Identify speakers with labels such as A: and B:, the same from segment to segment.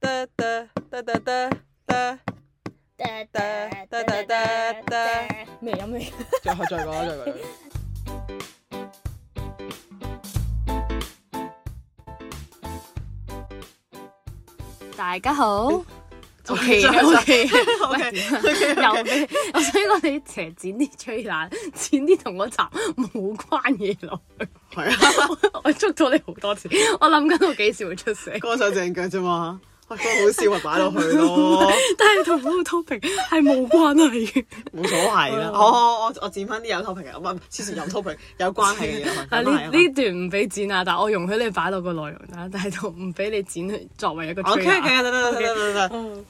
A: 哒哒哒哒哒哒，
B: 哒
A: 哒哒哒哒哒
B: 未飲未？
A: 再再講啦，再講。
B: 大家 好，O
A: 再
B: K
A: 再
B: O K，
A: O K，
B: 啊又俾我想我哋成日剪啲吹冷， 剪啲同嗰集冇關嘢落去。
A: 係啊，
B: 我捉到你好多次，我諗緊我幾時會出聲，
A: 歌手正腳啫嘛，喂，都好笑咪擺落去 咯，
B: 但係同嗰個 topic 係冇關係 嘅。
A: 冇所謂
B: 嗯
A: 啦。我我我我剪翻啲有 topic 嘅，唔係黐線有 topic 有關係嘅嘢落去
B: 啊！
A: 咁
B: 呢
A: 係啊
B: 呢段唔俾剪啊，但我容許你擺落個內容啦，但係就唔俾你剪去作為一個
A: 嘛。O K
B: trailer
A: K，得得得得得
B: 嗯
A: 得，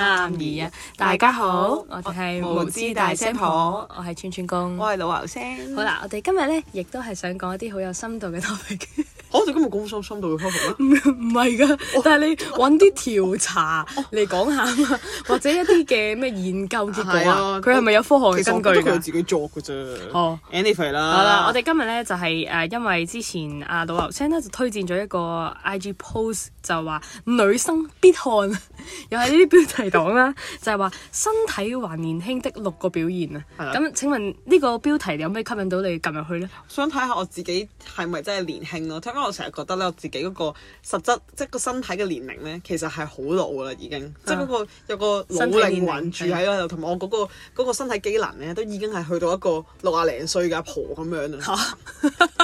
B: 三二一，大家好，我哋係無知大聲婆，我係串串公。
A: 我係老牛聲。
B: 好，啦，我哋今日咧，亦都係想講一啲好有深度嘅 topic，
A: 我哋今日講深深度嘅 topic 啦。
B: 唔唔係噶，
A: 哦
B: 但係你揾啲調查嚟講下啊嘛，或者一啲嘅咩研究結
A: 係
B: 果
A: 啊
B: 啊，佢係咪有科學
A: 其
B: 嘅
A: 實我
B: 根
A: 覺
B: 據
A: 得佢
B: 㗎？
A: 自己啊作嘅啫。
B: 哦
A: anyway 啦。
B: 好啦，我哋今日咧就係、誒、因為之前呃阿老劉聲咧就推薦咗一個 IG post 就話女生必看， 又係呢啲標題黨啦，就係話身體還年輕的六個表現啊。
A: 係啦
B: 咁請問呢個標題有咩吸引到你撳入去咧？
A: 想睇下我自己係咪真係年輕咯，因為我成日覺得咧，我自己嗰個實質即係個身體嘅年齡咧，其實係好老噶啦已經，即係嗰個有個老靈魂住喺度，同埋我嗰、個嗰個身體機能咧，都已經係去到一個六啊零歲嘅阿婆咁樣啊啦，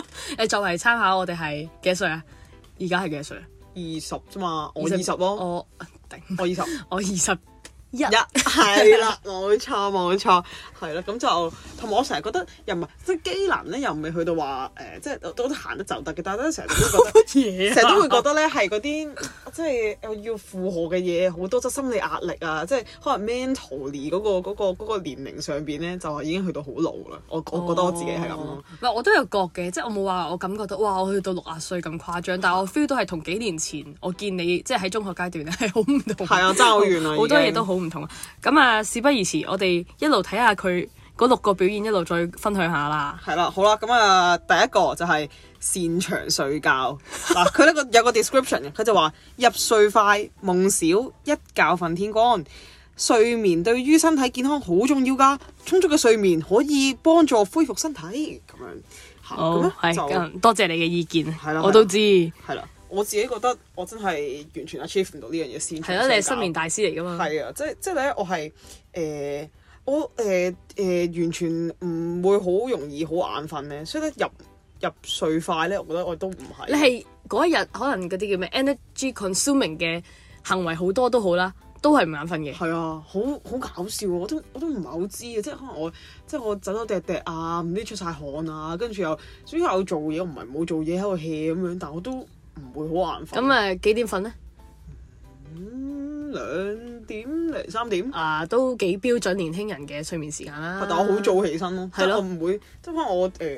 B: 誒，作為參考，我哋係幾多歲啊？而家係幾多歲啊？
A: 二十啫嘛，我二十哦咯，
B: 我頂，
A: 我二 十。
B: 我二十一。
A: 一係啦，冇錯冇錯，係啦，咁就同埋我成日覺得又唔係即係機能咧，又未去到話誒、即係都都行得就得嘅，但係咧成日都覺得。
B: 嘢
A: 成日都會覺得咧係嗰啲即係呃要負荷嘅嘢好多，即係心理壓力啊，即係可能 mentally 嗰、個嗰、個嗰個年齡上邊咧，就係已經去到好老啦。我我覺得我自己係咁
B: 哦
A: 咯。
B: 唔係，我都有覺嘅，即係我冇話我感覺到哇，我去到六啊歲咁誇張，但係我 feel 到係同幾年前我見你即係喺中學階段咧 係好唔同。
A: 係啊爭好遠啊
B: 好多
A: 已
B: 嘢
A: 經
B: 都好唔同啊。咁啊，事不宜遲，我哋一路睇下佢嗰六個表演，一路再分享下啦。
A: 係啦，好啦，咁啊，第一個就係擅長睡 覺。嗱，佢呢個有個 description 嘅，佢就話入睡快，夢少，一覺瞓天光。睡眠對於身體健康好重要㗎，充足嘅睡眠可以幫助恢復身體咁樣。嚇咁
B: 好
A: 呢，
B: 哦係
A: 就
B: 咁多謝你嘅意見
A: 係啦，
B: 我都知係
A: 係啦，我自己覺得我真係完全 achieve 唔到呢樣嘢先。
B: 咯，你係失眠大師嚟噶嘛？
A: 係啊，即係即係咧，我係誒、我誒誒、完全唔會好容易好眼瞓咧，所以咧入入睡快咧，我覺得我都唔係。
B: 你係嗰一日可能嗰啲叫咩 energy consuming 嘅行為好多都好啦，都係唔眼瞓嘅。
A: 係啊，好好搞笑啊！我都我都唔係好知啊，即係可能我即係我走走趯趯啊，唔知出晒汗啊，跟住又所以有做嘢，我唔係冇做嘢喺度 hea 咁樣，但我都唔會好眼瞓。
B: 咁啊誒幾點瞓咧？
A: 嗯兩點零三點。
B: 啊，都幾標準年輕人嘅睡眠時間啦。
A: 但我好早起身咯，即
B: 啊係
A: 係
B: 咯
A: 我唔會，即係可能我誒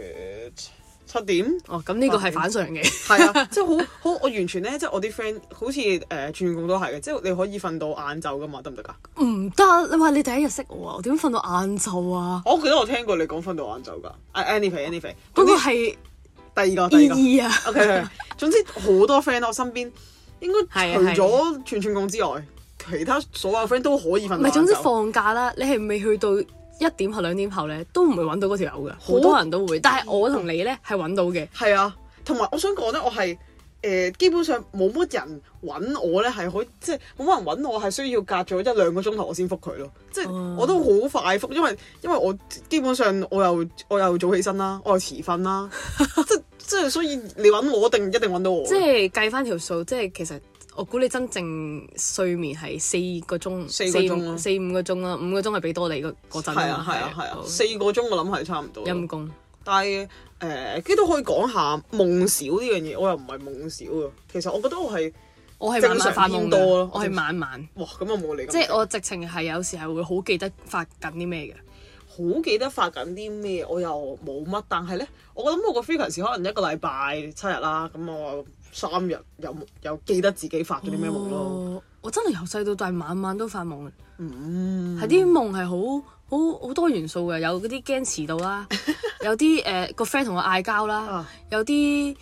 A: 七點，
B: 哦，咁呢個係反常嘅。
A: 係啊， 即係好好，我完全咧，即係我啲 friend 好似誒轉工都係嘅，即係你可以瞓到晏晝噶嘛，得唔得㗎？
B: 唔得，你話你第一日識我啊，我點瞓到晏晝啊？
A: 我記得我聽過你講瞓到晏晝㗎，anyway anyway，
B: 嗰
A: 總之
B: 個係
A: 第二個第二個
B: 意義啊。
A: ，OK，總之好多 friend 我身邊，應
B: 係
A: 該
B: 啊
A: 除
B: 係啊
A: 咗串串工之外，其他所有 friend 都可以瞓
B: 唔
A: 到晏晝。
B: 係，總之放假啦，你係未去到一點後兩點後咧，都唔會揾到嗰條友嘅。好多人都會，但係我同你咧係揾到嘅。
A: 係啊，同埋我想講咧，我係誒、基本上冇乜人揾我咧，係可即係冇乜人揾我係需要隔咗一兩個鐘頭我先覆佢咯。即係
B: 哦
A: 我都好快覆，因為因為我基本上我又我又早起身啦，我又遲瞓啦，即即係所以你揾我一定一定揾到我。
B: 即係計翻條數，即係其實我估你真正睡眠係四個鐘，
A: 四個鐘咯
B: 四五四五個鐘啦，五個鐘係俾多你嗰嗰陣
A: 係啊係啊係啊，四個鐘我諗係差唔多。
B: 陰公。
A: 但係誒，跟、住都可以講下夢少呢樣嘢，我又唔係夢少啊。其實我覺得我係
B: 我係晚晚發夢
A: 正常偏
B: 嘅
A: 多咯
B: 我係晚晚。
A: 哇，咁我冇你咁
B: 即係我直情係有時係會好記得發緊啲咩嘅。
A: 好記得發緊啲咩，我又冇乜。但係咧，我諗我個 frequency 可能一個禮拜七日啦，咁我三日有有記得自己發咗啲咩夢咯。
B: 哦我真係由細到大晚晚都發夢嘅，
A: 嗯，
B: 係啲夢係好好好多元素嘅，有嗰啲 呃
A: 哦
B: 驚遲到啦，有啲誒個 friend 同我嗌交啦
A: 啊，
B: 有啲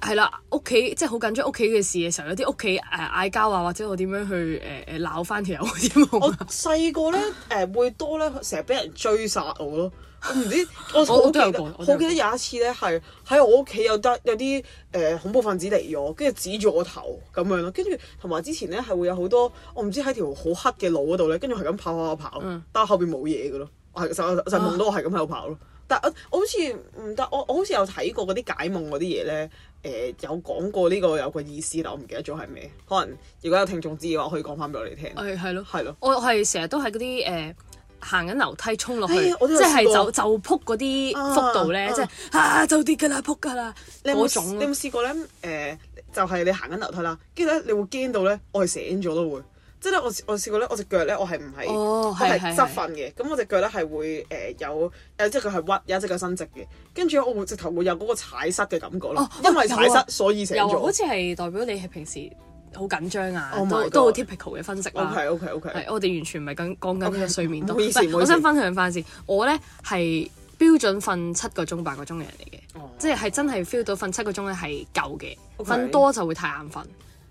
B: 係啦，屋企即係好緊張屋企嘅事嘅時候，有啲屋企誒嗌交啊，或者我點樣去誒誒鬧翻條友啲冇
A: 我細個咧誒會多咧，成日俾人追殺我咯。我 唔知，我
B: 我
A: 好記
B: 都有
A: 得，
B: 過我
A: 好
B: 都有
A: 記得有一次咧，係喺我屋企有得有啲誒、呃恐怖分子嚟咗，跟住指住我頭咁樣咯，跟住同埋之前咧係會有好多，我唔知喺條好黑嘅路嗰度咧，跟住係咁跑跑跑跑，
B: 嗯
A: 但係後邊冇嘢嘅咯，啊我係就就
B: 啊
A: 就夢到我係咁喺度跑咯。但我我好似唔得，我我好似有睇過嗰啲解夢嗰啲嘢咧，誒、有講過呢個有個意思，但我唔記得咗係咩。可能如果有聽眾知嘅話，可以講翻俾我哋聽。
B: 誒 係咯，
A: 係咯。
B: 我係成日都係嗰啲誒行緊樓梯衝落去，
A: 哎呀我都有
B: 即係
A: 試過
B: 就就撲嗰啲幅度咧，
A: 啊
B: 即係啊就跌㗎啦，撲㗎啦
A: 你有冇
B: 嗰
A: 試你有
B: 種
A: 冇試過咧？誒、就係、你行緊樓梯啦，跟住咧你會驚到咧，我係醒咗都會。即係咧，我試我試過咧，我只腳咧，我係唔係
B: 哦
A: 我
B: 係
A: 係
B: 係
A: 側瞓嘅，咁我只腳咧係會誒有誒，即係佢係屈，有一隻腳伸直嘅，跟住我會直頭會有嗰個踩膝嘅感覺咯
B: 哦，
A: 因為
B: 有
A: 踩
B: 啊
A: 膝所以醒
B: 又好
A: 咗。
B: 似係代表你係平時好緊張啊
A: Oh，my
B: 都
A: God
B: 都好 typical 嘅分析啦。
A: OK OK OK，
B: 係，我哋完全唔係緊講緊呢個睡眠
A: Okay，
B: 度。
A: 唔好意思
B: 喂
A: 唔好
B: 我
A: 意思
B: 想分享翻先，我咧係標準瞓七個鐘八個鐘嘅人嚟嘅，
A: 哦
B: 即係係真係 feel 到瞓七個鐘咧係夠嘅，瞓
A: Okay
B: 多就會太眼
A: 嗯
B: 瞓，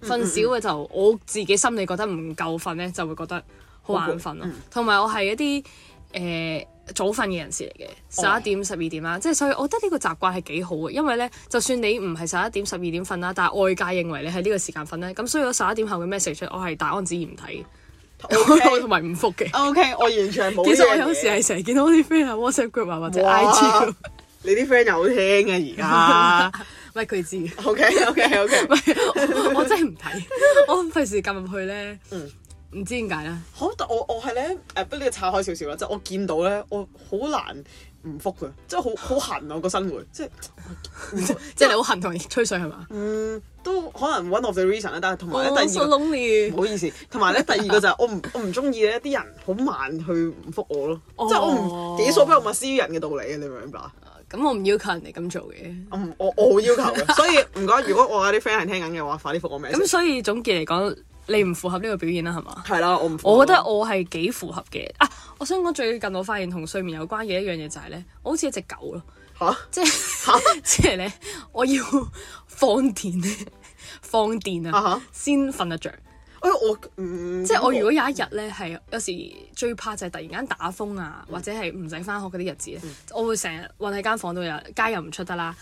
B: 瞓少嘅就我自己心理覺得唔夠瞓咧，就會覺得好
A: 好攰嗯
B: 眼瞓咯。同埋我係一啲誒。早瞓嘅人士嚟嘅，十
A: 哦
B: 一點十二點啦，即係所以我覺得呢個習慣係幾好嘅，因為咧，就算你唔係十一點十二點瞓啦，但係外界認為你係呢個時間瞓咧，咁所以我十一點後嘅 message 我係大安旨意唔睇嘅。我
A: OK
B: 同埋唔復嘅。
A: OK，我完全係冇呢樣嘢。
B: 其實我有時係成日見到啲 friend 喺 WhatsApp group 啊，或者 IG
A: 哇
B: group，
A: 你啲 friend 有聽 啊
B: 唔係佢知嘅。
A: 而家。OK OK OK，
B: 唔係我我真係唔睇，我費事撳入去咧。唔知點解咧？
A: 好，但我我係咧誒，不過呢呃個岔開少少啦，即係我見到咧，我好難唔復嘅，即 係好好痕啊我個生活， 即係
B: 即係你好恨同人吹水係嘛？
A: 嗯都可能 one of the reason 啊啦，但係同埋
B: 哦我
A: 咧第
B: so
A: 二個。
B: lonely
A: 唔。好意思，同埋咧第二個就係 我唔我唔中意咧啲人好慢去唔復我咯，
B: 哦
A: 即係我唔己所不欲勿施於人嘅道理啊，你明唔明白？
B: 咁我唔要求人哋咁做嘅。
A: 我唔我我好要求 嘅，所以唔該，如果我有啲 friend 係聽緊嘅話，快啲復我咩？
B: 咁所以總結嚟講，你唔符合呢個表現啦，係嘛？
A: 係啦，我唔復咯。
B: 我覺得我係幾符合嘅啊！我想講最近我發現同睡眠有關嘅一樣嘢就係咧，我好似一隻狗咯。
A: 嚇
B: 即係 即係咧，我要 放電 咧，放電
A: 啊
B: 啊
A: 哈，
B: 先瞓得着。
A: 哎我嗯，
B: 即係我如果有一日咧，係有時最怕就係突然間打風啊，
A: 嗯
B: 或者係唔使翻學嗰啲日子咧，我會成日韞喺間房度又街又唔出得啦。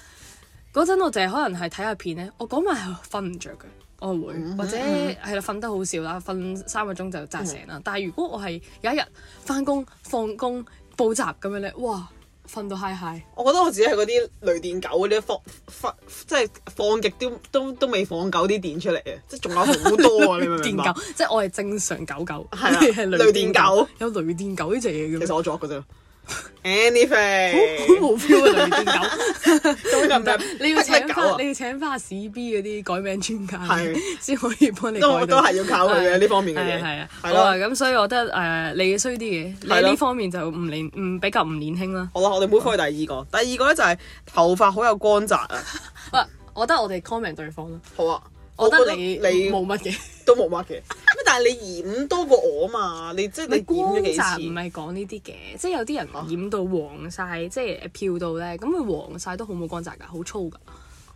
B: 嗰陣我就係可能係睇下片咧，我嗰晚係瞓唔着嘅，我會
A: 嗯
B: 或者係啦，瞓得好少啦，瞓三個鐘就扎醒
A: 嗯
B: 啦。但係如果我係有一日翻工、放工、補習咁樣咧，哇，瞓到嗨嗨。
A: 我覺得我自己係嗰啲雷電狗嗰啲放放即係放極都都都未放夠啲電出嚟嘅，即係仲有好多啊！你明唔 明白
B: 電？狗，即係我係正常狗狗，
A: 係啦
B: 你 係
A: 雷電狗，
B: 有雷電狗呢只嘢
A: 其
B: 嘅，
A: 實我作嘅啫。
B: 好好
A: Anything
B: 冇 feel 啊！雷電狗，
A: 咁得唔得？
B: 你要請
A: 乜狗
B: 翻
A: 啊？
B: 你要請翻史 B 嗰啲改名專家
A: 係，
B: 先可以幫你改到。
A: 都都係要靠佢嘅呢方面嘅
B: 係啊
A: 嘢。
B: 係啊，好
A: 係
B: 啊，
A: 咯。
B: 咁所以我覺得誒你衰啲嘅，
A: 係
B: 你
A: 咯
B: 呢方面就唔年唔比較唔年輕啦。
A: 好啦，我哋 move 翻去第二個。第二個咧就係頭髮好有光澤啊。
B: 喂，我覺得我哋 comment 對方啦，
A: 好 啊，
B: 我覺得你
A: 你
B: 冇乜嘅，
A: 都冇乜嘅。咁但係你染多過我嘛？你即係你
B: 你光
A: 染咗幾
B: 澤唔
A: 次？
B: 係講呢啲嘅，即係有啲人染到黃晒，即係漂到咧，咁佢黃晒都好冇光澤㗎，好粗㗎。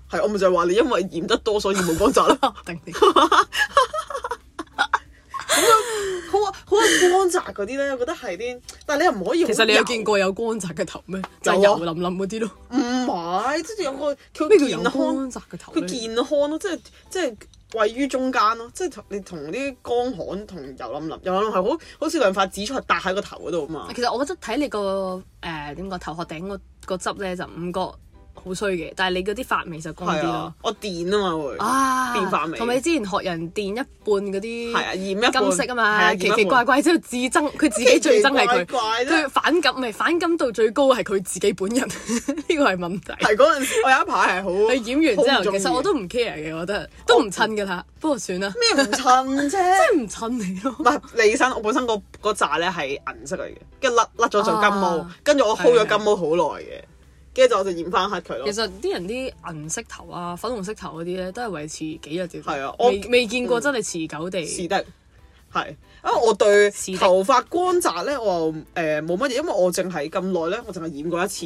A: 係我咪就係話你因為染得多所以冇光 澤啦。
B: 定定
A: 好啊，好啊，光澤嗰啲咧，我覺得係啲，但係你又唔可以好
B: 其實你有
A: 油
B: 見過有光澤嘅頭咩？就係
A: 有啊
B: 油淋淋嗰啲咯。
A: 唔係，即係有個
B: 咩
A: 佢
B: 叫
A: 健
B: 有
A: 康，
B: 光澤嘅頭咧
A: 佢？健康咯，即係即係位於中間咯，即係同你同啲乾旱同油淋淋，油淋淋係好好似兩塊紫菜搭喺個頭嗰度啊嘛。
B: 其實我覺得睇你個誒點講頭殼頂個個汁咧就唔覺好衰嘅，但係你嗰啲髮尾就光啲
A: 係
B: 咯
A: 啊。，我電啊嘛會，
B: 啊，
A: 變髮尾
B: 同埋你之前學人電一半嗰
A: 係啊，
B: 啲
A: 染一半
B: 金色啊
A: 係
B: 嘛，
A: 染一
B: 奇
A: 半
B: 奇怪怪之後自憎，佢自己最憎係
A: 奇
B: 佢
A: 奇怪，怪啫
B: 佢反感唔係反感到最高係佢自己本人， 呢個係問題。
A: 係嗰陣時，我有一排係好
B: 佢染完之
A: 好
B: 後，
A: 唔中意
B: 其實我都唔 care 嘅，我覺得都唔襯㗎啦。不過算啦，
A: 咩唔襯 啫。
B: 真係唔襯你咯
A: 唔。係你身，我本身個嗰扎咧係銀色嚟嘅，跟住甩甩咗做金毛
B: 啊，
A: 跟住我 hold
B: 係
A: 咗
B: 係
A: 金毛好耐嘅，跟住就我就染翻黑佢咯
B: 其。實啲人啲銀色頭啊、粉紅色頭嗰啲咧，都係維持幾日嘅。
A: 係啊我
B: 未未見過真係持久地。
A: 是的，係。因為我對
B: 是的
A: 呃頭髮光澤咧，我誒冇乜嘢，因為我淨係咁耐咧，我淨係染過一次，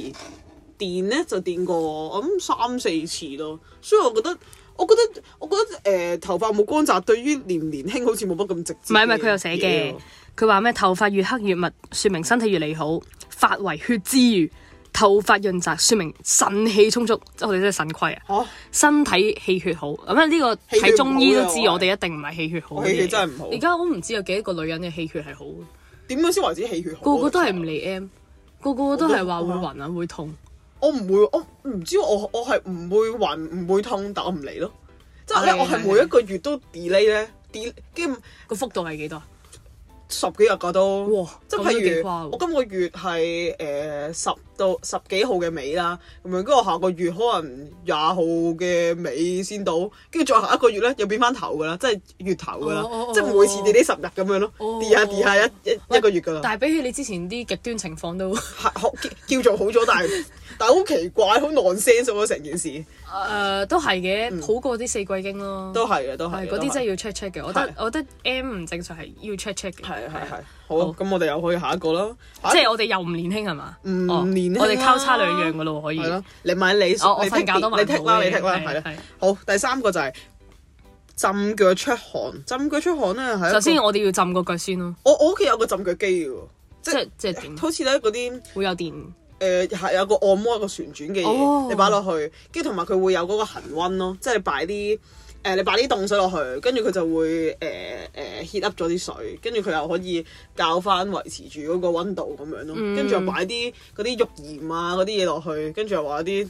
A: 電咧就電過我諗三四次咯，所以我覺得。我覺得我覺得誒、呃、頭髮冇光澤對於年唔年輕好似冇乜咁直
B: 唔
A: 接。
B: 係唔係，佢有寫嘅。佢話咩？頭髮越黑越密，說明身體越嚟好；髮為血之餘，頭髮潤澤，說明腎氣充足。即係我哋真係腎虧啊！
A: 嚇、
B: 身體氣血好，咁啊呢個
A: 氣血唔好
B: 睇中醫都知，
A: 嘅話
B: 我哋一定唔係氣血好嗰啲
A: 我
B: 嚟嘅。
A: 氣血真係唔好
B: 而家我唔知有幾多個女人嘅氣血係好，
A: 點樣先為之氣血好？
B: 個個都係
A: 其實
B: 唔嚟 M，個個都係話會暈啊，會痛。
A: 我唔會，我唔知我我係唔會暈，唔會痛，但我唔嚟咯。即係咧，
B: 係
A: 我係每一個月都 delay 咧，delay 跟住
B: 個幅度係幾多？
A: 十幾日㗎都。
B: 哇
A: 即係
B: 咁都幾誇
A: 譬如
B: 喎
A: 我今個月係誒、呃十到十幾號嘅尾啦，咁樣跟住我下個月可能廿號嘅尾先到，跟住再下一個月咧又變翻頭㗎啦，即係月頭㗎啦，
B: 哦哦哦
A: 即係每次 delay 十日咁樣咯
B: 哦
A: ，delay 下 delay 下一一一個月㗎啦。
B: 但係比起你之前啲極端情況都，誒、
A: 係叫做好咗，但 係但係好奇怪，好 nonsense 咯成件事，
B: 都係嘅，好過啲四季經咯。
A: 嗯都係嘅，都係
B: 係
A: 嘅
B: 嗰
A: 都
B: 啲
A: 係
B: 真係要 check check 嘅，我覺得
A: 係
B: 我覺得 M 唔正常係要 check check 嘅，
A: 係係係
B: 啊，
A: 好，咁我哋又去下一個啦，
B: 即係我哋又唔年輕係嘛？
A: 唔
B: 哦
A: 嗯年輕啦啊
B: 我哋交叉兩樣噶咯，可以。
A: 係咯，你買你你
B: 哦我我瞓
A: tick
B: 覺都買唔
A: 啲你
B: 到
A: tick 啦，
B: 嘅
A: 你 tick 啦，
B: 係
A: 係啦
B: 係，
A: 好，第三個就係浸腳出汗，浸腳出汗咧係一個
B: 首先我哋要浸個腳先咯，
A: 我我屋企有個浸腳機嘅喎，即
B: 即
A: 係
B: 係即係點？
A: 好似咧嗰啲。
B: 會有電。
A: 誒係、有個按摩一個旋轉嘅嘢
B: 哦
A: 你擺落去，跟住同埋佢會有嗰個恒温咯，即係你擺啲呃誒你擺啲凍水落去，跟住佢就會誒誒 heat up 咗啲水，跟住佢又可以校翻維持住嗰個温度咁樣咯，
B: 嗯
A: 跟住又擺啲嗰啲浴鹽啊嗰啲嘢落去，跟住又話啲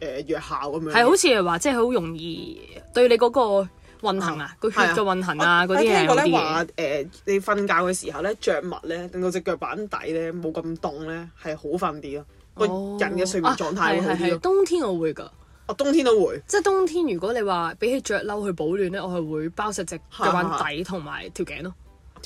A: 誒藥效咁樣。
B: 係好似係話，即係好容易對你嗰個運行啊，個血嘅運行啊嗰啲係好啲
A: 係我我聽過咧話
B: 嘅。
A: 誒，你瞓覺嘅時候咧着襪咧，令到只腳板底咧冇咁凍咧，係好瞓啲咯。個
B: 哦
A: 人嘅睡眠狀態會好
B: 啊係係
A: 啲
B: 係
A: 咯。
B: 冬天我會㗎，
A: 我冬天都會。
B: 即係冬天如果你話比起着褸去保暖咧，我係會包實隻腳板底同埋條頸咯，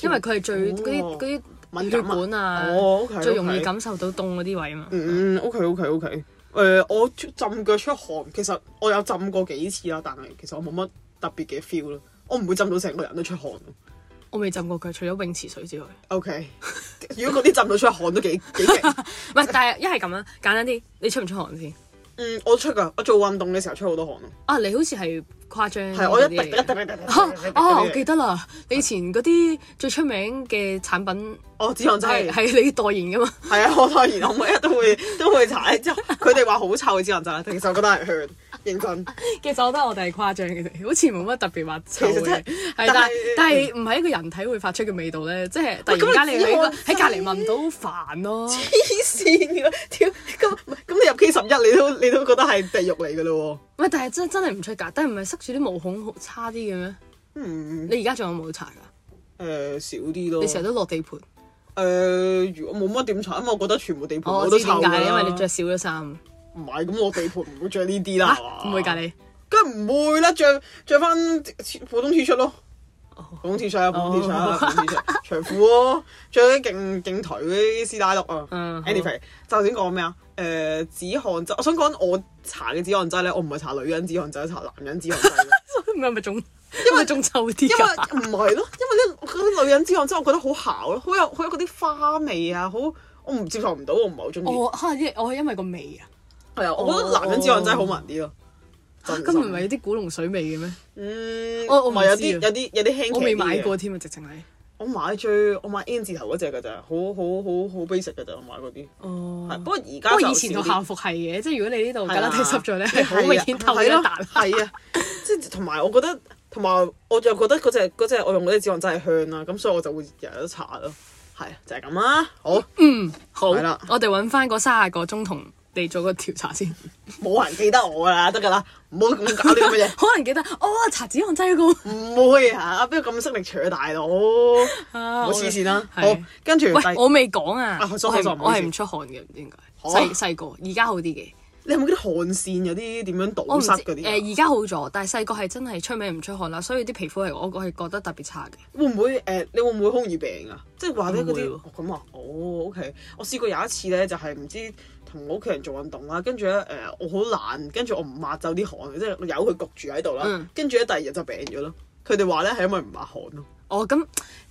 B: 因為佢係最嗰啲
A: 哦
B: 嗰啲
A: 敏
B: 血
A: 感啊！
B: 管啊
A: 哦，OK，OK
B: 最容易感受到凍嗰啲位啊嘛。
A: 嗯，OK OK OK。誒，嗯我浸腳出汗，其實嗯我有浸過幾次啦，但係其實我冇乜特別嘅 feel 咯。我唔會浸到成個人都出汗。
B: 我未浸過腳，除咗泳池水之外。
A: OK，如果嗰啲浸到出汗都幾 幾勁。
B: 唔係，但係一係咁樣簡單啲，你出唔出汗先？
A: 嗯，我出㗎，我做運動嘅時候出好多汗咯。
B: 啊，你好似係誇嗯張嗰啲嚟嘅。
A: 係，我一滴一滴一滴一滴
B: 嚇啊！我記
A: 得。
B: 得啦，你以前嗰啲最出名嘅產品
A: 我止汗真
B: 係
A: 係
B: 係你代言噶嘛？
A: 係啊！我當然我每日都會 都會搽，之後佢哋話好臭嘅止汗劑，其實我覺得係香，認真。
B: 其實我覺得我哋係誇張嘅啫，好似冇乜特別話臭
A: 其實
B: 嘅
A: 真係，
B: 係
A: 但係
B: 但但係唔係一個人體會發出嘅味道咧，即係突
A: 喂咁
B: 然
A: 你
B: 間你喺個
A: 止
B: 喺隔離聞到好煩咯。
A: 黐線嘅，屌咁咁你入 K 十一，你都你都覺得係地獄嚟㗎咯
B: 喂，但係真真係唔出格，但係唔係塞住啲毛孔好差啲嘅咩？
A: 喎。嗯。
B: 你而家仲有冇搽㗎？
A: 誒、少啲咯。
B: 你成日都落地盤，
A: 誒、如果冇乜點搽，因為我覺得全部地盤
B: 哦我
A: 都
B: 知
A: 臭
B: 點
A: 㗎
B: 解，
A: 啦
B: 因為你着少咗衫
A: 唔係咁，我地盤唔會着呢啲啦。係
B: 嚇，
A: 嘛
B: 唔會㗎你。
A: 梗係唔會啦，着着翻普通 T 恤咯。普通 T 恤啊，普通 T 恤啊，
B: 哦
A: 普通 T 恤，長褲咯，着啲勁勁頹嗰啲師奶綠啊
B: 嗯。好
A: anyway，就頭先講咩啊？誒、止汗劑，我想講我搽嘅止汗劑咧，我唔係搽女人止汗劑，搽男人止 汗劑嘅。
B: 咁係咪仲因為仲臭啲啊
A: 因為
B: 㗎？
A: 唔係咯，因為啲嗰啲女人之汗真係我覺得好姣咯，好有好有嗰啲花味啊，好我唔接受唔到，我唔係 好中意。
B: 我哦嚇，因為我係因為個味啊，
A: 係啊，我覺得男人之汗真係好聞啲咯。真
B: 咁
A: 心
B: 唔係有啲古龍水味嘅咩？
A: 嗯，
B: 我我
A: 唔
B: 唔
A: 係有
B: 知
A: 啲
B: 啊
A: 有啲有啲輕騎
B: 我未
A: 啲
B: 買
A: 嘅
B: 過，添啊，直情係。
A: 我買最我買 N 字頭嗰只㗎咋，好好好好 basic 㗎咋，我買嗰啲。
B: 哦
A: 係，不過而家
B: 不過
A: 就
B: 以前
A: 少
B: 個
A: 啲
B: 校服係嘅，即係如果你呢度
A: 係
B: 格拉
A: 啦
B: 底濕咗咧，
A: 係
B: 係好明顯透咗一
A: 啊
B: 笪。
A: 係啊，即係同埋我覺得，同埋我就覺得嗰只嗰隻我用嗰啲止汗劑係香啊啦，咁所以我就會日日都搽咯。係啊就係咁啦，好
B: 好，
A: 係啦
B: 我哋揾翻嗰三十個鐘同你做個調查先，
A: 冇人記得我㗎啦，得㗎啦，唔好咁搞啲咁嘅嘢。
B: 可能記得哦，搽止汗劑 嗰個。
A: 唔會啊！邊個咁識力扯大佬？唔
B: 啊
A: 好黐線啦！好
B: 係，
A: 跟住
B: 喂，
A: 第
B: 我未講啊，我
A: 啊sorry，
B: 係
A: sorry，唔
B: 我
A: 好
B: 係
A: 意思啊
B: 唔出汗嘅，應該
A: 嚇
B: 細細個，而家好啲嘅。
A: 你有冇嗰啲汗腺有啲點樣
B: 我
A: 堵
B: 唔知
A: 塞嗰啲啊？
B: 誒，而家好咗，但係細個係真係出名唔出汗啦，所以啲皮膚係我我係覺得特別差嘅。
A: 會唔會誒、呃你會唔會空耳病啊？即係話咧嗰啲
B: 唔會
A: 哦咁啊，哦，OK。我試過有一次咧，就係、唔知同我屋企人做運動啦，跟住咧誒我好懶，跟住我唔抹走啲汗，即係由佢焗住喺度啦
B: 嗯。
A: 跟住咧第二日就病咗咯。佢哋話咧係因為唔抹汗咯。
B: 哦，咁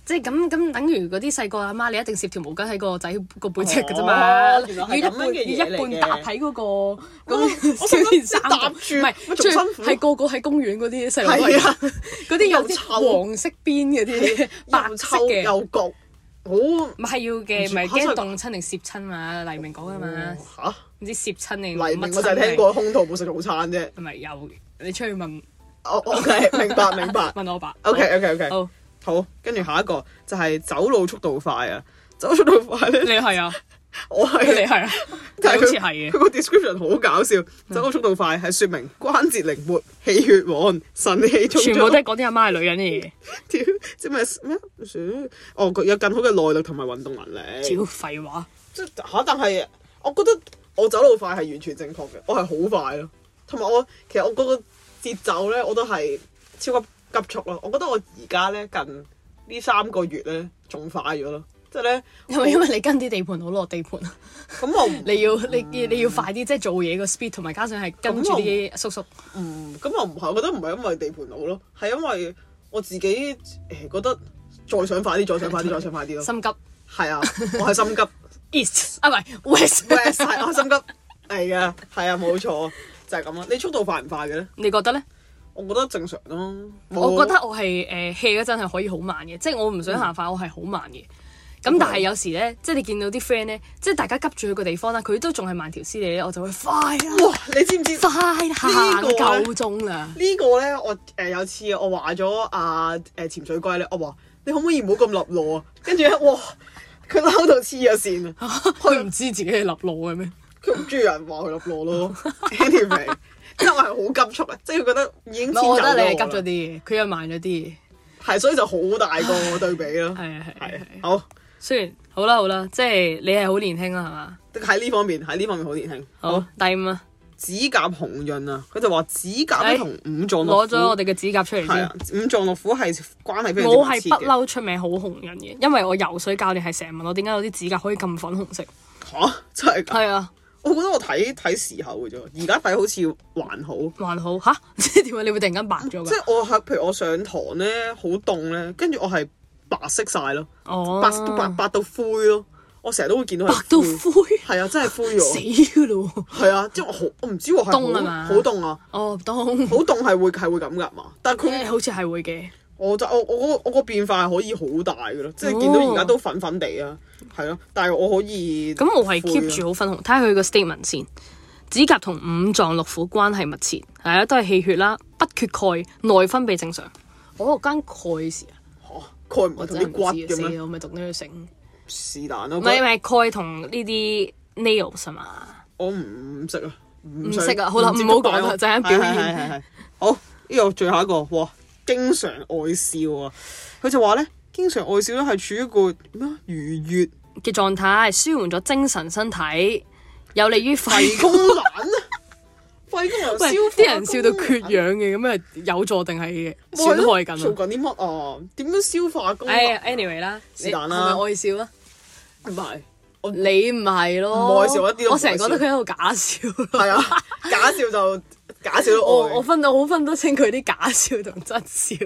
B: 即係咁咁，等於嗰啲細個阿媽，你一定攝條毛巾喺個仔個背脊嘅啫嘛，
A: 哦原來
B: 要
A: 係
B: 一
A: 咁樣
B: 半
A: 嘅嘢
B: 要一
A: 嚟嘅
B: 半搭喺嗰個
A: 我
B: 嗰
A: 我
B: 小件衫
A: 心諗搭
B: 度，唔
A: 住
B: 係
A: 咪仲
B: 最
A: 辛苦
B: 係個個喺公園嗰啲細路都係
A: 係啊
B: 咁嗰啲有
A: 又
B: 啲
A: 臭
B: 黃色邊嗰啲 白
A: 又
B: 色
A: 臭
B: 嘅。
A: 又焗，好
B: 唔係要嘅，唔
A: 唔
B: 係
A: 知嚇
B: 驚
A: 真
B: 凍
A: 係
B: 親定攝親嘛？黎明講噶嘛，
A: 嗯嚇
B: 啊唔知攝親定
A: 黎
B: 乜
A: 明
B: 親
A: 我就係
B: 嚟
A: 聽，過空肚冇食早餐啫。
B: 係咪有？你出去問
A: 哦，OK，明 白明白。
B: 問我爸。
A: OK，OK，OK，
B: 好，
A: 好，跟住下一個就係走路速度快啊！走速度快咧
B: 你，係 啊，
A: 我
B: 你
A: 係
B: 係 啊，你
A: 但
B: 好
A: 係佢
B: 似係
A: 佢
B: 嘅。嗯
A: 個 description 好搞笑，走路速度快係說明關節靈活、氣血旺、腎氣充足。
B: 全 部都係講啲阿媽係女人嘅
A: 屌，即咩咩？哦，佢有更好嘅耐力同埋運動能力。
B: 嘢，屌廢話。
A: 即嚇，但係我覺得我走路快係完全正確嘅，我係好快咯。同埋我其實我嗰個節奏咧，我都係超級急速咯。我覺得我而家咧近呢三個月咧仲快咗咯，即係咧
B: 係咪因為 你跟啲地盤好落地盤啊？
A: 咁我唔
B: 你要你你要快啲，即係做嘢個 speed，同埋加上係跟住啲叔叔。
A: 唔嗯咁我唔係，我覺得唔係因為地盤佬咯，係因為我自己誒覺得再想快啲，再想快啲，再想快啲咯。
B: 心急
A: 係啊，我係心 急
B: east 啊，唔係 west。
A: ，west 係我心急係嘅，係啊，冇錯，就係咁啦。你速度快唔快嘅咧？
B: 你覺得咧？
A: 我覺得正常咯。冇
B: 我覺得我係誒 hea 嗰陣係可以好慢嘅，即係我唔想行快，我係好慢嘅。咁但嗯係有時咧，即係你見到啲 friend 咧，即係大家急住去個地方啦，佢都仲係慢條斯理咧，我就會快啦，
A: 哇！你知唔知
B: 快啦行
A: 呢個呢
B: 夠鐘 啦。
A: 呢個咧？我誒、呃有次我話咗阿誒潛水龜咧，我話你可唔可以唔好咁立路啊？跟住咧，哇！佢嬲到黐咗線啊！
B: 佢唔知自己係立路嘅咩？
A: 佢唔中意有人話佢立路咯。anyway，因為我係好急促啊，即係佢覺得已經
B: 唔係，
A: 遷走
B: 我
A: 咗
B: 覺得你係急
A: 我
B: 咗
A: 啦，
B: 啲嘢，佢又慢咗啲嘢。
A: 啊係所以就好大個對比咯。
B: 係啊係啊係啊
A: 係好
B: 雖然好啦好啦，即係你係好年輕啦，係嘛？
A: 喺呢方面喺呢方面好年輕。
B: 好，第五啊，
A: 指甲紅潤啊，佢就話指甲咧
B: 哎
A: 同五臟六
B: 攞
A: 腑
B: 咗我哋嘅指甲出嚟
A: 係
B: 先
A: 啊。，五臟六腑係關係非常之
B: 我
A: 密
B: 係
A: 切
B: 不
A: 嘅。
B: 嬲出名好紅人嘅，因為我游水教練係成日問我點解我啲指甲可以咁粉紅色。
A: 啊嚇真係㗎。
B: 係啊，
A: 我覺得我睇睇時候嘅啫，而家睇好似還好。
B: 還好吓， 即係點解你會突然間白咗
A: 即
B: 㗎？
A: 係我係譬如我上堂咧，好凍咧，跟住我係白色晒咯，
B: 哦，
A: 白都白白到灰咯。我成日都會見到
B: 白
A: 係
B: 到
A: 灰
B: 灰，
A: 係啊，真係灰
B: 死
A: 咗。
B: 㗎 咯喎！
A: 係啊，即係我好，我唔知喎，係
B: 凍啊嘛
A: 好好凍啊，
B: 哦，當
A: 好凍係會係會咁噶嘛。但係
B: 誒
A: 佢
B: 好似係會嘅，
A: 我就我我個我個變化係可以好大嘅咯，即係見到而家都粉粉地啊，係咯。但係我可以
B: 哦咁我係
A: 灰啊
B: keep 住好粉紅。睇下佢個 statement 先。指甲同五臟六腑關係密切，係啊，都係氣血啦，不缺鈣，內分泌正常。
A: 哦
B: 我嗰間鈣事啊，
A: 嚇佢唔
B: 我
A: 係同
B: 真係
A: 啲骨
B: 唔知啊，
A: 咁
B: 死
A: 樣，
B: 啦，我咪讀呢個醒。
A: 是但咯。
B: 唔係唔係，鈣同呢啲 nails 啊嘛。
A: 我唔識啊，唔
B: 唔識啊好啦唔好講啦就係咁表演
A: 係係係係好，呢個最後一個，哇！經常愛笑啊，佢就話咧，經常愛笑咧係處於一個咩啊愉悅
B: 嘅狀態，舒緩咗精神身體，有利於肺
A: 肺功能啊，肺功能消
B: 喂
A: 化功能。
B: 啲人笑到缺氧嘅，咁啊有助定係損
A: 哇，
B: 害
A: 你
B: 緊啊？
A: 做緊啲乜啊？點樣消化功能？
B: 哎呀，anyway 啦，
A: 是但啦
B: 你係咪愛笑啊？
A: 唔係，
B: 你唔係咯，
A: 唔愛笑我一啲都唔
B: 我
A: 愛笑
B: 成日覺得佢喺度假笑咯。
A: 係啊，假笑就假笑都愛。
B: 我我
A: 我
B: 分到好分得清佢啲假笑同真笑。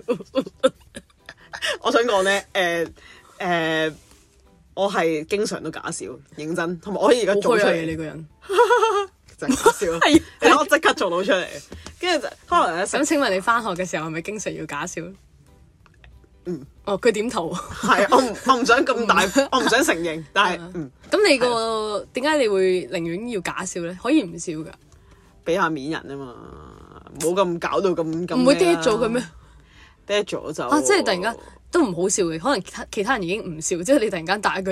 A: 我想講咧，誒誒，我係經常都假笑，認真，同埋我可以而家
B: 好
A: 做
B: 虛
A: 出
B: 偽啊
A: 嚟
B: 你。個人。
A: 就係搞笑 咯，
B: 係啊
A: 你睇我即刻做到出嚟，跟住就可能咧
B: 咁
A: 成
B: 請問你翻學嘅時候係咪經常要假笑？
A: 嗯。
B: 哦，佢點 頭。
A: 係我唔我唔想咁 大，我唔想承認，但係嗯
B: 咁你個點解你會寧願要假笑咧？可以唔笑㗎，
A: 俾下面人啊嘛，冇咁搞到咁咁。
B: 唔會 dead 咗佢咩？？啊
A: 跌咗就
B: 啊！即係突然間都唔好笑嘅，可能其他其他人已經唔笑，即係你突然間打一句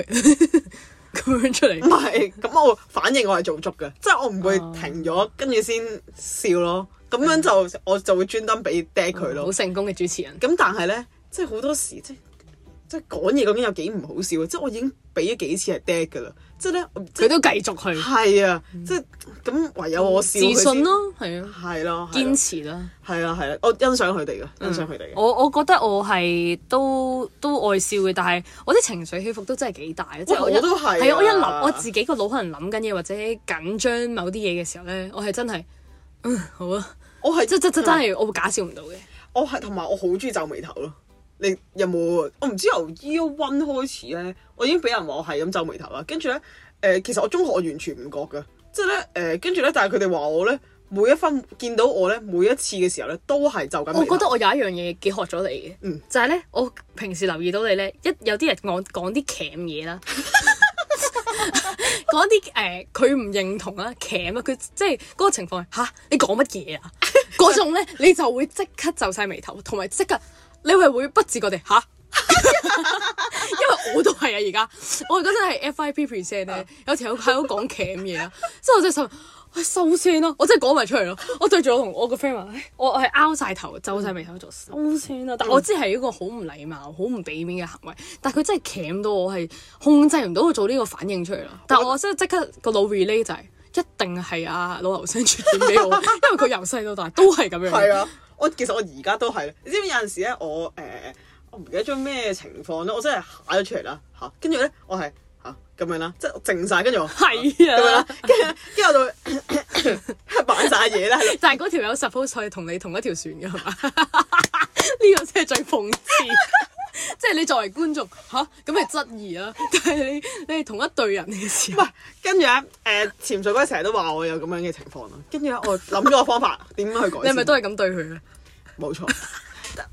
B: 咁樣出
A: 唔
B: 嚟，
A: 係咁，我反應我係做足嘅，即係我唔會
B: 哦
A: 停咗，跟住先笑咯。咁樣就我就會專登俾跌佢
B: 嗯
A: 咯
B: 哦好。成功嘅主持人。
A: 咁但係咧，即係好多時即係即係講嘢究竟有幾唔好笑啊！即係我已經俾咗幾次係跌㗎啦，即係咧我即係
B: 佢都繼續去
A: 係啊，即係咁唯有我
B: 嗯
A: 笑
B: 自
A: 佢先
B: 信，咯，係啊，
A: 係咯，係咯
B: 堅持嗯哦啦。
A: 係啊，係啦，我欣賞佢哋嘅，欣賞佢哋嘅，
B: 我我覺得我係都都愛笑嘅，但係我啲情緒起伏都真係幾大即係一
A: 我都係啊
B: 係啊！我一諗我自己個腦可能諗緊嘢或者緊張某啲嘢嘅時候咧，我係真係嗯好啊，
A: 我係
B: 即即即真
A: 係啊
B: 係我會假笑唔到嘅。
A: 我係同埋我好中意皺眉頭咯。你有冇？我唔知由 Year One 開始咧，我已經俾人話我係咁皺眉頭啦。跟住咧，誒、其實我中學我完全唔覺㗎，即係咧誒，跟住咧，但係佢哋話我咧，每一分見到我咧，每一次嘅時候咧，都係皺緊眉頭。
B: 我覺得我有一樣嘢幾學咗你嘅，
A: 嗯
B: 就係咧，我平時留意到你咧，一有啲人講講啲鉗嘢 啦，講啲誒佢唔認同啦，鉗啊，佢即係嗰個情況係吓，你講乜嘢啊？嗰種咧你就會即刻皺晒眉頭，同埋即刻你係會不自覺地吓。 因為我都係啊，而家我嗰陣係 FIP present
A: 啊
B: 咧，有條友喺度講鉗嘢啊，之後我就心諗喂收聲咯，我真係講埋出嚟咯，我對住我同我個 friend 話，唉我係拗晒頭，皺晒眉頭做收聲
A: 啊
B: 啦，但我知係一個好唔禮貌、好唔俾面嘅行為，但佢真係鉗到我係控制唔到佢做呢個反應出嚟咯，但我真係即刻個腦 relay 就係、一定係阿老劉星傳染俾我，因為佢由細到大都係咁樣。
A: 係啊，我其實我而家都係，你知唔知有陣時咧，我誒、呃我唔記得咗咩情況咧，我真係嚇咗出嚟啦嚇，跟住咧我係嚇咁樣啦，即 係我靜晒，跟住我嚇
B: 係啊
A: 咁樣啦，跟住跟住我就 扮晒嘢啦，係
B: 但係嗰條友 suppose 係同你同一條船嘅係嘛？ 呢個先係最諷刺，即係你作為觀眾吓，咁咪質疑啦。但係你你係同一隊人嘅時候
A: 啦，跟住咧誒潛水嗰陣成日都話我有咁樣嘅情況啦，跟住咧我諗咗個方法點樣去改善，
B: 你係咪都係咁對佢啊咧？
A: 冇錯。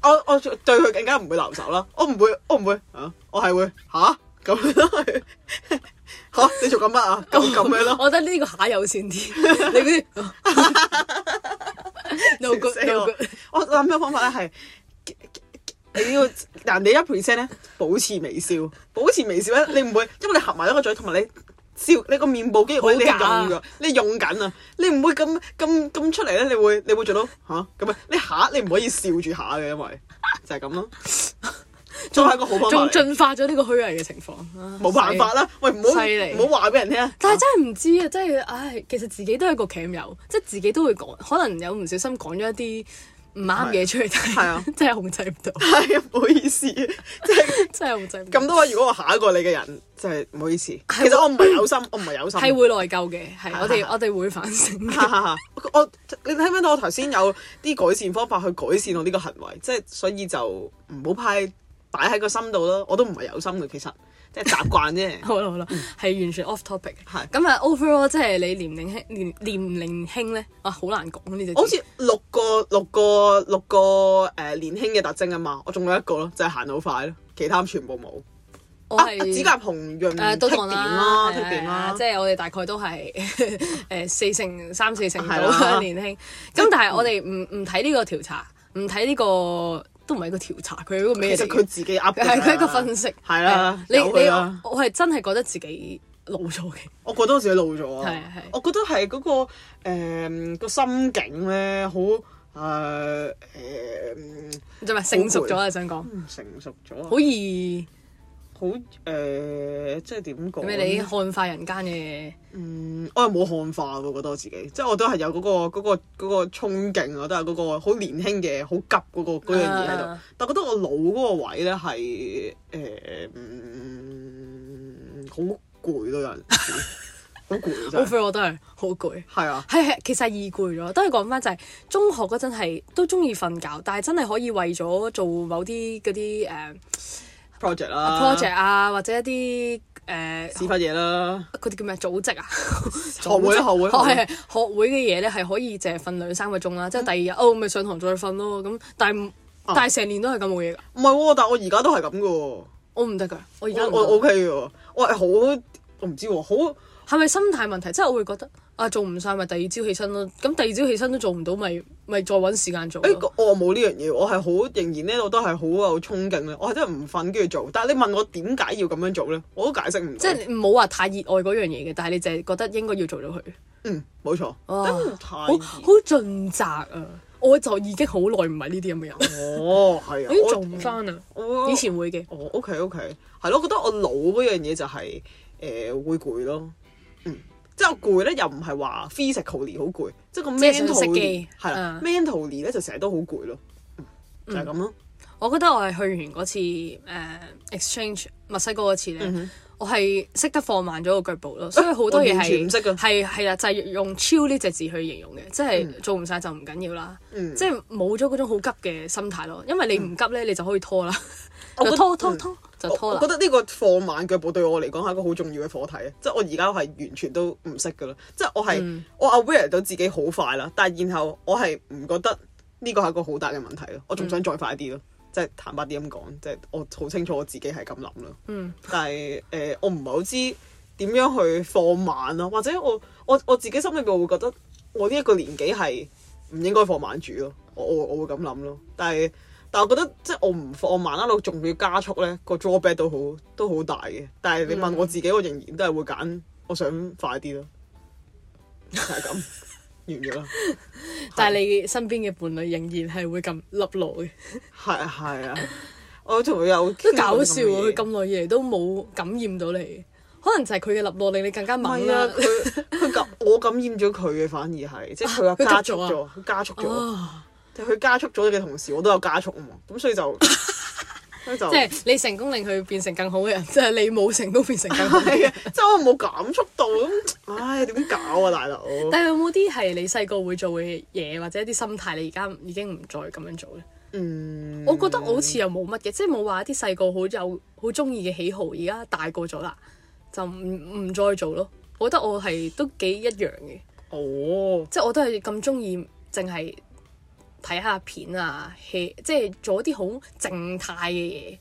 A: 我 我對佢更加唔會留手啦，我唔會，我唔會啊，我係會吓咁樣咯，嚇你做緊乜啊？ 咁咁樣咯，
B: 我覺得呢個下友善啲，你嗰啲 no
A: 笑
B: good
A: 死
B: no
A: 我
B: good。
A: 我諗咗方法咧係，你要人哋一 percent 咧，保持微笑，保持微笑咧，你唔會，因為你合埋一個嘴，同埋你笑，你個面部肌肉你係
B: 好假
A: 用㗎，你用緊啊，你唔會咁咁咁出嚟咧，你會你會做到吓咁啊，你下你唔可以笑住下嘅，因為就係 咁咯，都係一個好方法
B: 仲
A: 嚟，
B: 進化咗呢個虛偽嘅情況，啊
A: 冇辦法。
B: 死
A: 啦，喂唔好
B: 犀利
A: 唔好話俾人聽啊，
B: 但 係真係唔知啊，真係唉，其實自己都係個鉗友，即係自己都會講，可能有唔小心講咗一啲唔啱嘢出嚟，
A: 係
B: 但
A: 啊
B: 係 真係控制唔到，
A: 係啊，唔好意思，即係。
B: 真係控制唔到。
A: 咁多位，如果我下一個你嘅人，就係唔好意思。其實我唔係有心，我唔 係有心。
B: 係會內疚嘅，係
A: 係
B: 我哋
A: 係
B: 我哋會反省 嘅。
A: 哈哈哈！我你聽唔聽到我頭先有啲改善方法去改善我呢個行為，即係所以就唔好派擺喺個心度咯。我都唔係有心嘅，其實即係習慣 啫。
B: 好啦好啦，係完全 off topic 嘅。
A: 嗯係
B: 咁啊，overall 即係你年齡輕年年齡輕咧，啊好難講呢隻字。
A: 我好似六個六個六個誒、呃年輕嘅特徵啊嘛，我仲有一個咯，就係、行得好快咯，其他全部冇。
B: 我
A: 啊
B: 係
A: 指甲紅潤
B: 誒都
A: 剔
B: 當
A: 點
B: 啦
A: 啦，，剔點
B: 係啊
A: 啦
B: 即。係我哋大概都係 誒四成三四成
A: 係啦
B: 到年輕。咁但係我哋唔唔睇呢個調查，唔睇呢個都唔係一個調查，佢係一個咩
A: 其
B: 嚟
A: 實
B: 嘅
A: 佢？自己噏㗎啦
B: 係佢一個分析。
A: 係啦，
B: 你
A: 由佢
B: 你
A: 啦
B: 我係真係覺得自己老咗嘅。
A: 我覺得我自己老咗啊！
B: 係係
A: 我覺得係嗰、個誒、個心境咧，好誒誒
B: 唔係成熟咗啊！想講
A: 成熟咗啊，
B: 好易
A: 好誒、即係點講
B: 咩？
A: 呢？
B: 你看化人間嘅
A: 嗯，我係冇漢化喎，覺得我自己，即係我都係有嗰、個嗰、個嗰、個衝勁啊，都係嗰個好年輕嘅、好急嗰、個嗰樣嘢喺度。
B: 啊
A: 但覺得我老嗰個位咧係誒，嗯好攰咯，有陣時好攰真係，
B: ，overall 都係 好攰。
A: 係啊。
B: 係係，其實係易攰咗。都係講翻就係中學嗰陣係都中意瞓覺，但係真係可以為咗做某啲嗰啲誒
A: project 啦
B: project 啊，或者一啲誒
A: 屎忽嘢啦，
B: 嗰啲叫咩組織啊，學
A: 會啦 學
B: 係
A: 會
B: 係學會嘅嘢咧係可以淨係瞓兩三個鐘啦，即係第二日哦咪上堂再瞓咯咁，但係唔
A: 啊
B: 但係成年都係咁冇嘢㗎，
A: 唔係喎，但我而家都係咁嘅喎，
B: 我唔得㗎，我而家
A: 我
B: 唔
A: 我
B: 得哦
A: OK 嘅，我係好我唔知喎，好
B: 係咪心態問題？即係我會覺得啊，做唔晒咪第二朝起身咯。咁第二朝起身都做唔到，咪咪再揾時間做
A: 誒、
B: 咯。
A: 我冇呢樣嘢，我係好仍然咧，我都係好有衝勁咧，我係真係唔瞓跟住做，但係你問我點解要咁樣做咧，我都解釋唔
B: 即
A: 到，
B: 係唔好話太熱愛嗰樣嘢嘅，但係你就係覺得應該要做到佢。
A: 嗯冇錯，
B: 哇
A: 真係太
B: 好好盡責啊！我就已經好耐唔係呢啲咁 嘅人，
A: 哦係啊，
B: 我已經做唔翻啦。
A: 我我
B: 以前會嘅，
A: 哦 OK OK 係咯，我覺得我老嗰樣嘢就係、誒、會攰咯，嗯，即係我攰咧又唔係話 physically 好攰，即係個
B: 即係想熄
A: mentally
B: 機
A: 係啦
B: 嗯
A: ，mentally 咧就成日都好攰咯，嗯就係咁咯。
B: 我覺得我係去完嗰次誒、呃 exchange 墨西哥嗰次咧，我係識得放慢咗個腳步咯，所以好多嘢
A: 嗯我完全
B: 係
A: 唔識㗎啊
B: 係係啦，就係、用超呢隻字去形容嘅，即係做唔晒就唔緊要啦，
A: 嗯
B: 即係冇咗嗰種好急嘅心態咯，因為你唔急咧，你就可以拖啦，就拖拖
A: 我覺得嗯
B: 拖就
A: 我
B: 拖
A: 我
B: 啦
A: 覺。得呢個放慢腳步對我嚟講係一個好重要嘅課題啊！即係我而家係完全都唔識噶啦，即係我係、
B: 嗯
A: 我 aware 到自己好快啦，但係然後我係唔覺得呢個係一個好大嘅問題咯，我
B: 嗯
A: 仲想再快啲咯，即係坦白啲咁講，即係我好清楚我自己係咁諗咯。
B: 嗯
A: 但係誒、呃我唔係好知點樣去放慢咯，或者我我我自己心裏邊會覺得我呢一個年紀係唔應該放慢住咯，我我我會咁諗咯。但係但係我覺得即係我唔放慢一路仲要加速咧，個 drawback 都好都好大嘅。但係你
B: 嗯
A: 問我自己，我仍然都係會揀我想快啲咯，就係、咁 完咗啦。
B: 但係你身邊嘅伴侶仍然係會咁笠落嘅，
A: 係啊係啊，我同佢有
B: 都
A: 傾過
B: 搞
A: 啲
B: 笑啊 喎！佢
A: 嘅嘢
B: 咁耐以嚟都冇感染到你，可能就係佢嘅笠落令你更加
A: 唔
B: 猛
A: 係啊
B: 啦，。
A: 佢佢感我感染咗佢嘅，反而係即係佢話
B: 啊佢
A: 加
B: 急
A: 速
B: 咗啊
A: 咗，佢加速咗，
B: 啊
A: 即係佢加速咗嘅同時，我都有加速啊嘛，咁所以就所以就
B: 即係你成功令佢變成更好嘅人， 即係你冇成功變成更好嘅人。
A: 係啊，即係我冇減速度咁，唉點搞啊大佬？
B: 但係有冇啲係你細個會做嘅嘢，或者一啲心態，你而家已經唔再咁樣做咧？
A: 嗯，
B: 我覺得我好似又冇乜嘅，即係冇話一啲細個好有好中意嘅喜好，而家大個咗啦，就唔唔再做咯。我覺得我係都幾一樣嘅，
A: 哦，
B: 即係我都係咁中意，淨係睇下片啊 hea 即係做一啲好靜態嘅嘢，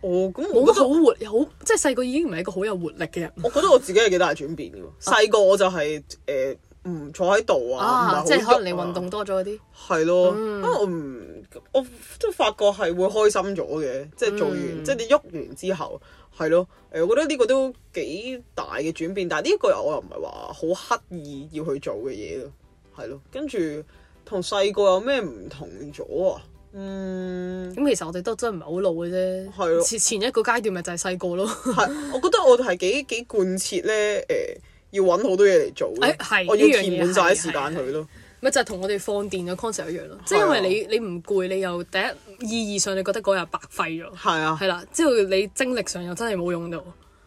A: 哦咁
B: 冇
A: 我
B: 乜
A: 覺得
B: 好活，好即係細個已經唔係一個好有活力嘅人。
A: 我覺得我自己係幾大轉變嘅
B: 啊
A: 喎，細個我就係誒唔坐喺度啊，
B: 啊，
A: 唔
B: 即
A: 係
B: 係
A: 好
B: 可能你
A: 喐啊
B: 運動嗯多咗啲，
A: 係咯，因為我唔我都發覺係會開心咗嘅，即係做完，
B: 嗯
A: 即係你喐完之後，係咯，誒，我覺得呢個都幾大嘅轉變，但係呢個我又唔係話好刻意要去做嘅嘢咯，係咯，跟住同細個有咩唔同咗啊？嗯，
B: 咁其實我哋都真係唔係好老嘅啫。
A: 係咯
B: 前前一個階段咪就係細個咯。
A: 係，我覺得我係幾幾貫徹咧，誒、要揾好多嘢嚟做
B: 誒
A: 嘅，
B: 哎係
A: 我要
B: 呢樣嘢
A: 填滿晒
B: 係
A: 啲時間
B: 係係
A: 佢咯，
B: 咪就係同我哋放電嘅 concept 一樣咯，即係
A: 係
B: 因
A: 啊
B: 為你你唔攰，你又第一意義上你覺得嗰日白費咗，
A: 係啊。
B: 係啦，之後你精力上又真係冇用到，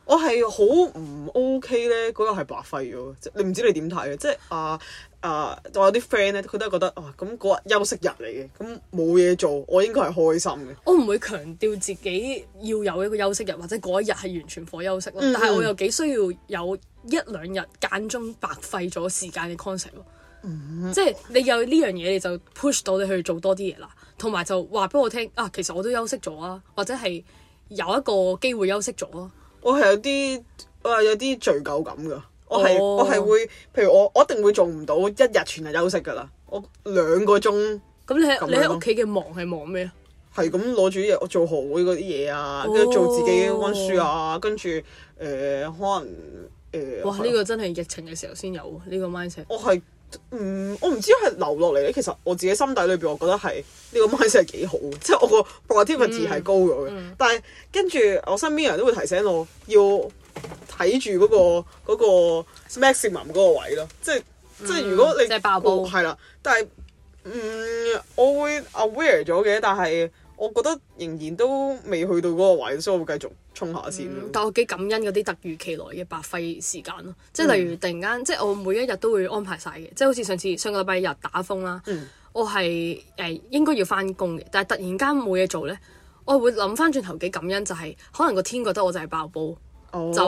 A: 我係好唔 OK 咧，嗰日係白費咗，即係你唔知你點睇嘅，即係啊啊，我有啲 friend 咧，佢都係覺得啊，咁嗰日休息日嚟嘅，咁冇嘢做，我應該係開心嘅。
B: 我唔會強調自己要有一個休息日或者嗰一日係完全 for 休息咯，
A: 嗯
B: 但係我又幾需要有一兩日間中白費咗時間嘅 concept 咯。
A: 嗯
B: 即係你有呢樣嘢，你就 push 到你去做多啲嘢啦，同埋就話俾我聽啊，其實我都休息咗啊，或者係有一個機會休息咗啊。
A: 我係有啲我係有啲罪疚感㗎，我係、
B: 哦
A: 我係會，譬如我我一定會做唔到一日全日休息㗎啦，我兩個鐘。
B: 咁你
A: 咁
B: 喺
A: 樣
B: 你喺
A: 咯
B: 屋企嘅忙係忙咩啊？
A: 係咁攞住啲嘢，我做學會嗰啲嘢啊，跟住做自己温書啊，跟住誒呃可能呃誒。
B: 哇！
A: 係
B: 呢個真係疫情嘅時候先有喎呢個 mindset。
A: 我係嗯，我唔知係留落嚟咧。其實我自己心底裏邊，我覺得係呢、個 mindset 係幾好嘅，即係
B: 嗯
A: 我個 productivity 係高咗嘅。但係跟住我身邊人都會提醒我要睇住嗰個嗰、個 maximum 嗰個位咯，即係即係如果你
B: 嗯即係爆煲
A: 過係啦，但係嗯，我會 aware 咗嘅，但係我覺得仍然都未去到嗰個位，所以我會繼續衝下先咯。
B: 但我幾感恩嗰啲突如其來嘅白費時間咯，即係例如突然間，即係我每一日都會安排晒嘅，即係好似上次上個禮拜日打風啦，
A: 嗯
B: 我係誒、應該要翻工嘅，但係突然間冇嘢做咧，我會諗翻轉頭幾感恩，就係、可能個天覺得我就係爆煲。嗯就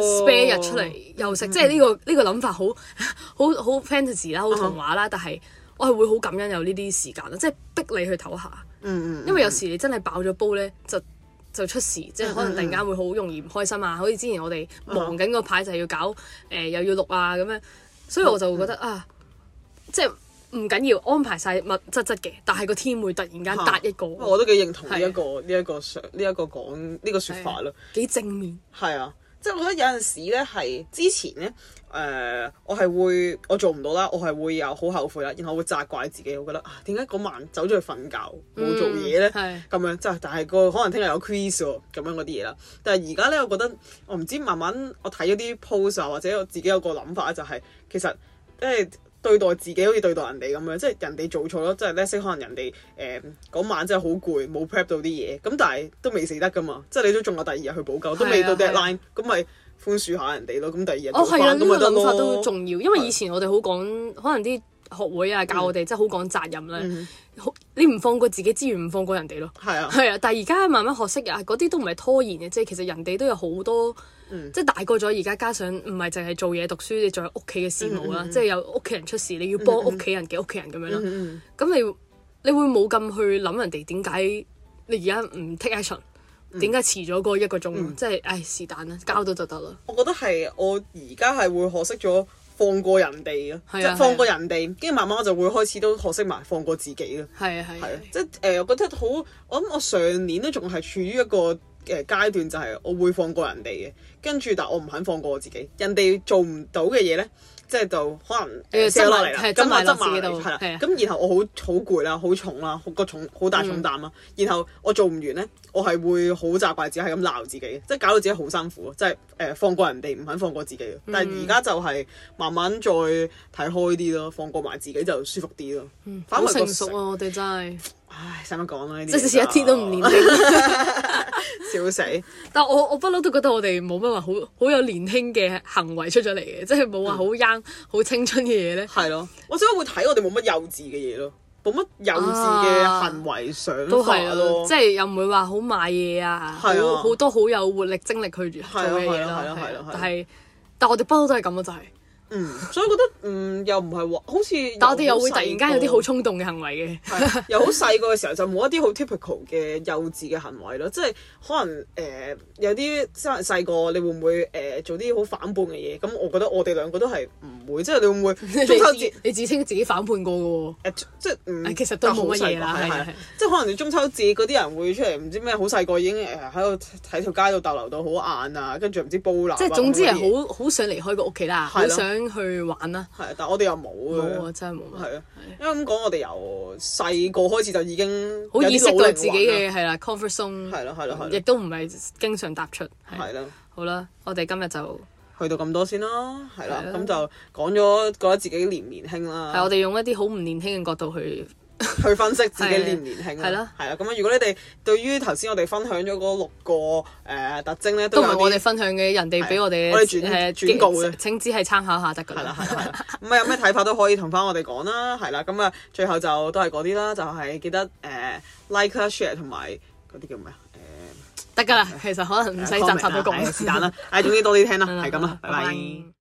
B: spare 日出
A: 哦
B: 嚟休息，即係呢個呢個諗法好 好好 fantasy 啦，好童話啦，但係我係會好感恩有呢啲時間咯，即係逼你去唞下。
A: 嗯嗯，
B: 因為有時你真係爆咗煲咧，就就出事，即係
A: 嗯
B: 可能突然間會好容易唔開心啊！好似之前我哋忙緊個牌就係要搞誒、呃又要錄啊咁樣，所以我就會
A: 嗯
B: 覺得啊，即係唔緊要安排晒密質質嘅，但係個天會突然間
A: 嚇
B: 搭一個，
A: 我都幾認同呢、
B: 係啊
A: 一個呢一個想呢一個講呢、個説法咯，
B: 幾正面，
A: 係啊，即係我覺得有陣時咧係之前咧誒、呃我係會我做唔到啦，我係會有好後悔啦，然後我會責怪自己，我覺得啊點解嗰晚走咗去瞓覺冇做嘢咧？
B: 嗯係
A: 咁樣即係，但係個可能聽日有 quiz 喎，咁樣嗰啲嘢啦。但係而家咧，我覺得我唔知慢慢我睇咗啲 post 啊，或者我自己有個諗法就係、其實即係對待自己好似對待人哋咁樣，即係人哋做錯咯，即係咧，即可能人哋呃誒嗰晚真係好攰，冇 prep 到啲嘢，咁但係都未死得噶嘛，即係你都仲有第二日去補救，都未
B: 係
A: 到
B: 啊係
A: deadline，咁咪寬恕下人哋咯，咁第二日
B: 哦，
A: 做
B: 係啊，
A: 翻
B: 呢
A: 咁咪
B: 個
A: 得
B: 諗法都好
A: 咯。
B: 重要，因為以前我哋好講，可能啲學會啊教我
A: 嗯
B: 哋，即係好講責任咧。好你唔放過自己資源，唔放過人哋咯。
A: 係 啊，
B: 係啊，但係而家慢慢學識啊，嗰啲都唔係拖延嘅，即係其實人哋都有好多，
A: 嗯
B: 即係大個咗，而家加上唔係淨係做嘢讀書，你仲有屋企嘅事務啦，即係有屋企人出事，你要幫屋企人嘅屋企人咁樣啦。
A: 嗯
B: 咁你你會冇咁去諗人哋點解你而家唔 take action，點
A: 嗯
B: 解遲咗嗰一個鐘啊？即係唉是但啦，交到就得啦。
A: 我覺得係我而家係會學識咗放過人哋
B: 係啊
A: 嘅，即
B: 係啊
A: 係放過人哋，跟住慢慢我就會開始都學識埋放過自己咯。
B: 係啊係啊
A: 係啊，即係誒、呃我覺得好，我諗我上年都仲係處於一個誒、呃、階段，就係我會放過人哋嘅，跟住但我唔肯放過我自己，人哋做唔到嘅嘢咧，即係就可能
B: 你要
A: 呃卸落嚟
B: 執埋
A: 啦，
B: 係
A: 咁
B: 執
A: 我
B: 埋落
A: 執埋
B: 自己
A: 嚟
B: 度
A: 係啦，
B: 係啊
A: 咁然後我好好攰啦，好重啦，好個重好大
B: 嗯
A: 重擔啦，然後我做唔完咧，我係會好責怪自己，係咁鬧自己嘅，即係搞到自己好辛苦，即係誒、呃放過人哋，唔肯放過自己
B: 嗯
A: 嘅。但係而家就係慢慢再睇開啲咯，放過埋自己就舒服啲咯。
B: 嗯好
A: 反為個
B: 成熟啊！我哋真係，
A: 唉，使乜講啦？呢
B: 即
A: 啲嘢
B: 使一啲都唔年
A: 就
B: 輕。
A: 笑死。
B: 但我我不嬲都覺得我哋冇乜話好好有年輕嘅行為出咗嚟嘅，即係冇
A: 嗯
B: 話好 young、好青春嘅嘢咧，
A: 係咯，我真係會睇我哋冇乜幼稚嘅嘢咯，冇乜幼稚嘅行為想
B: 啊都係
A: 法
B: 咯，
A: 咯，
B: 即係又唔會話好買嘢啊，好
A: 啊係啊
B: 好多好有活力精力去做
A: 啊
B: 嘅嘢
A: 係
B: 啦
A: 啊係啊。
B: 係
A: 係
B: 啊
A: 啊
B: 但係但我哋不嬲都係咁咯，就係。
A: 嗯，所以我覺得嗯又唔係話好似，
B: 但我哋又會突然間有啲好衝動嘅行為嘅。
A: 係啊又好細個嘅時候就冇一啲好 typical 嘅幼稚嘅行為咯，即係可能誒、呃有啲即係細個你會唔會誒、呃做啲好反叛嘅嘢？咁我覺得我哋兩個都係唔會，即係你會唔會
B: 你
A: 中秋節
B: 自你自稱自己反叛過嘅
A: 誒即係嗯，
B: 啊其實都冇乜嘢啦
A: 但係好細個
B: 係
A: 係
B: 係
A: 係即係可能你中秋節嗰啲人會出嚟唔知咩好細個已經誒喺度睇條街度逗留到好晏啊，跟住唔知煲蠟啊，
B: 喎，即係總之
A: 咁嗰啲嘢
B: 係好好想離開個屋企啦，
A: 係
B: 好
A: 咯
B: 想去玩啦。
A: 係，但我哋又冇
B: 冇啊，
A: 啊，
B: 真係冇乜。
A: 係啊，因為咁講我哋由細個開始就已經
B: 好
A: 有啲
B: 意識
A: 老
B: 到
A: 靈
B: 自己
A: 魂
B: 嘅係啦，comfort zone
A: 啊係咯係咯係咯
B: 亦都唔係經常踏出。
A: 啊係啦。
B: 好啦，我哋今日就係
A: 去到咁多先啦，係啦
B: 係，啊
A: 咁就講咗覺得自己年唔年輕啦，
B: 我哋用一啲好唔年輕嘅角度去
A: 去分析自己年唔年輕
B: 係
A: 啦
B: 啦，
A: 係啦，咁啊如果你哋對於頭先我哋分享咗嗰六個誒特徵咧，
B: 都唔
A: 有
B: 係
A: 啲啊
B: 我哋分享嘅，人哋俾我哋
A: 我哋轉
B: 誒
A: 轉告嘅
B: 請請只係參考下得㗎
A: 係啦
B: 啦。
A: 係啦係啦，咁啊有咩睇法都可以同翻我哋講啦，係啦，咁啊最後就都係嗰啲啦，就係、記得誒、呃 like 啦、share 同埋嗰啲叫咩啊？啊
B: 得㗎啦，其實可能唔
A: 唔
B: 使集集都
A: 係
B: 講。 嗯
A: 是但啦，誒總之多啲聽啦，
B: 係啦
A: 係咁啦，拜拜。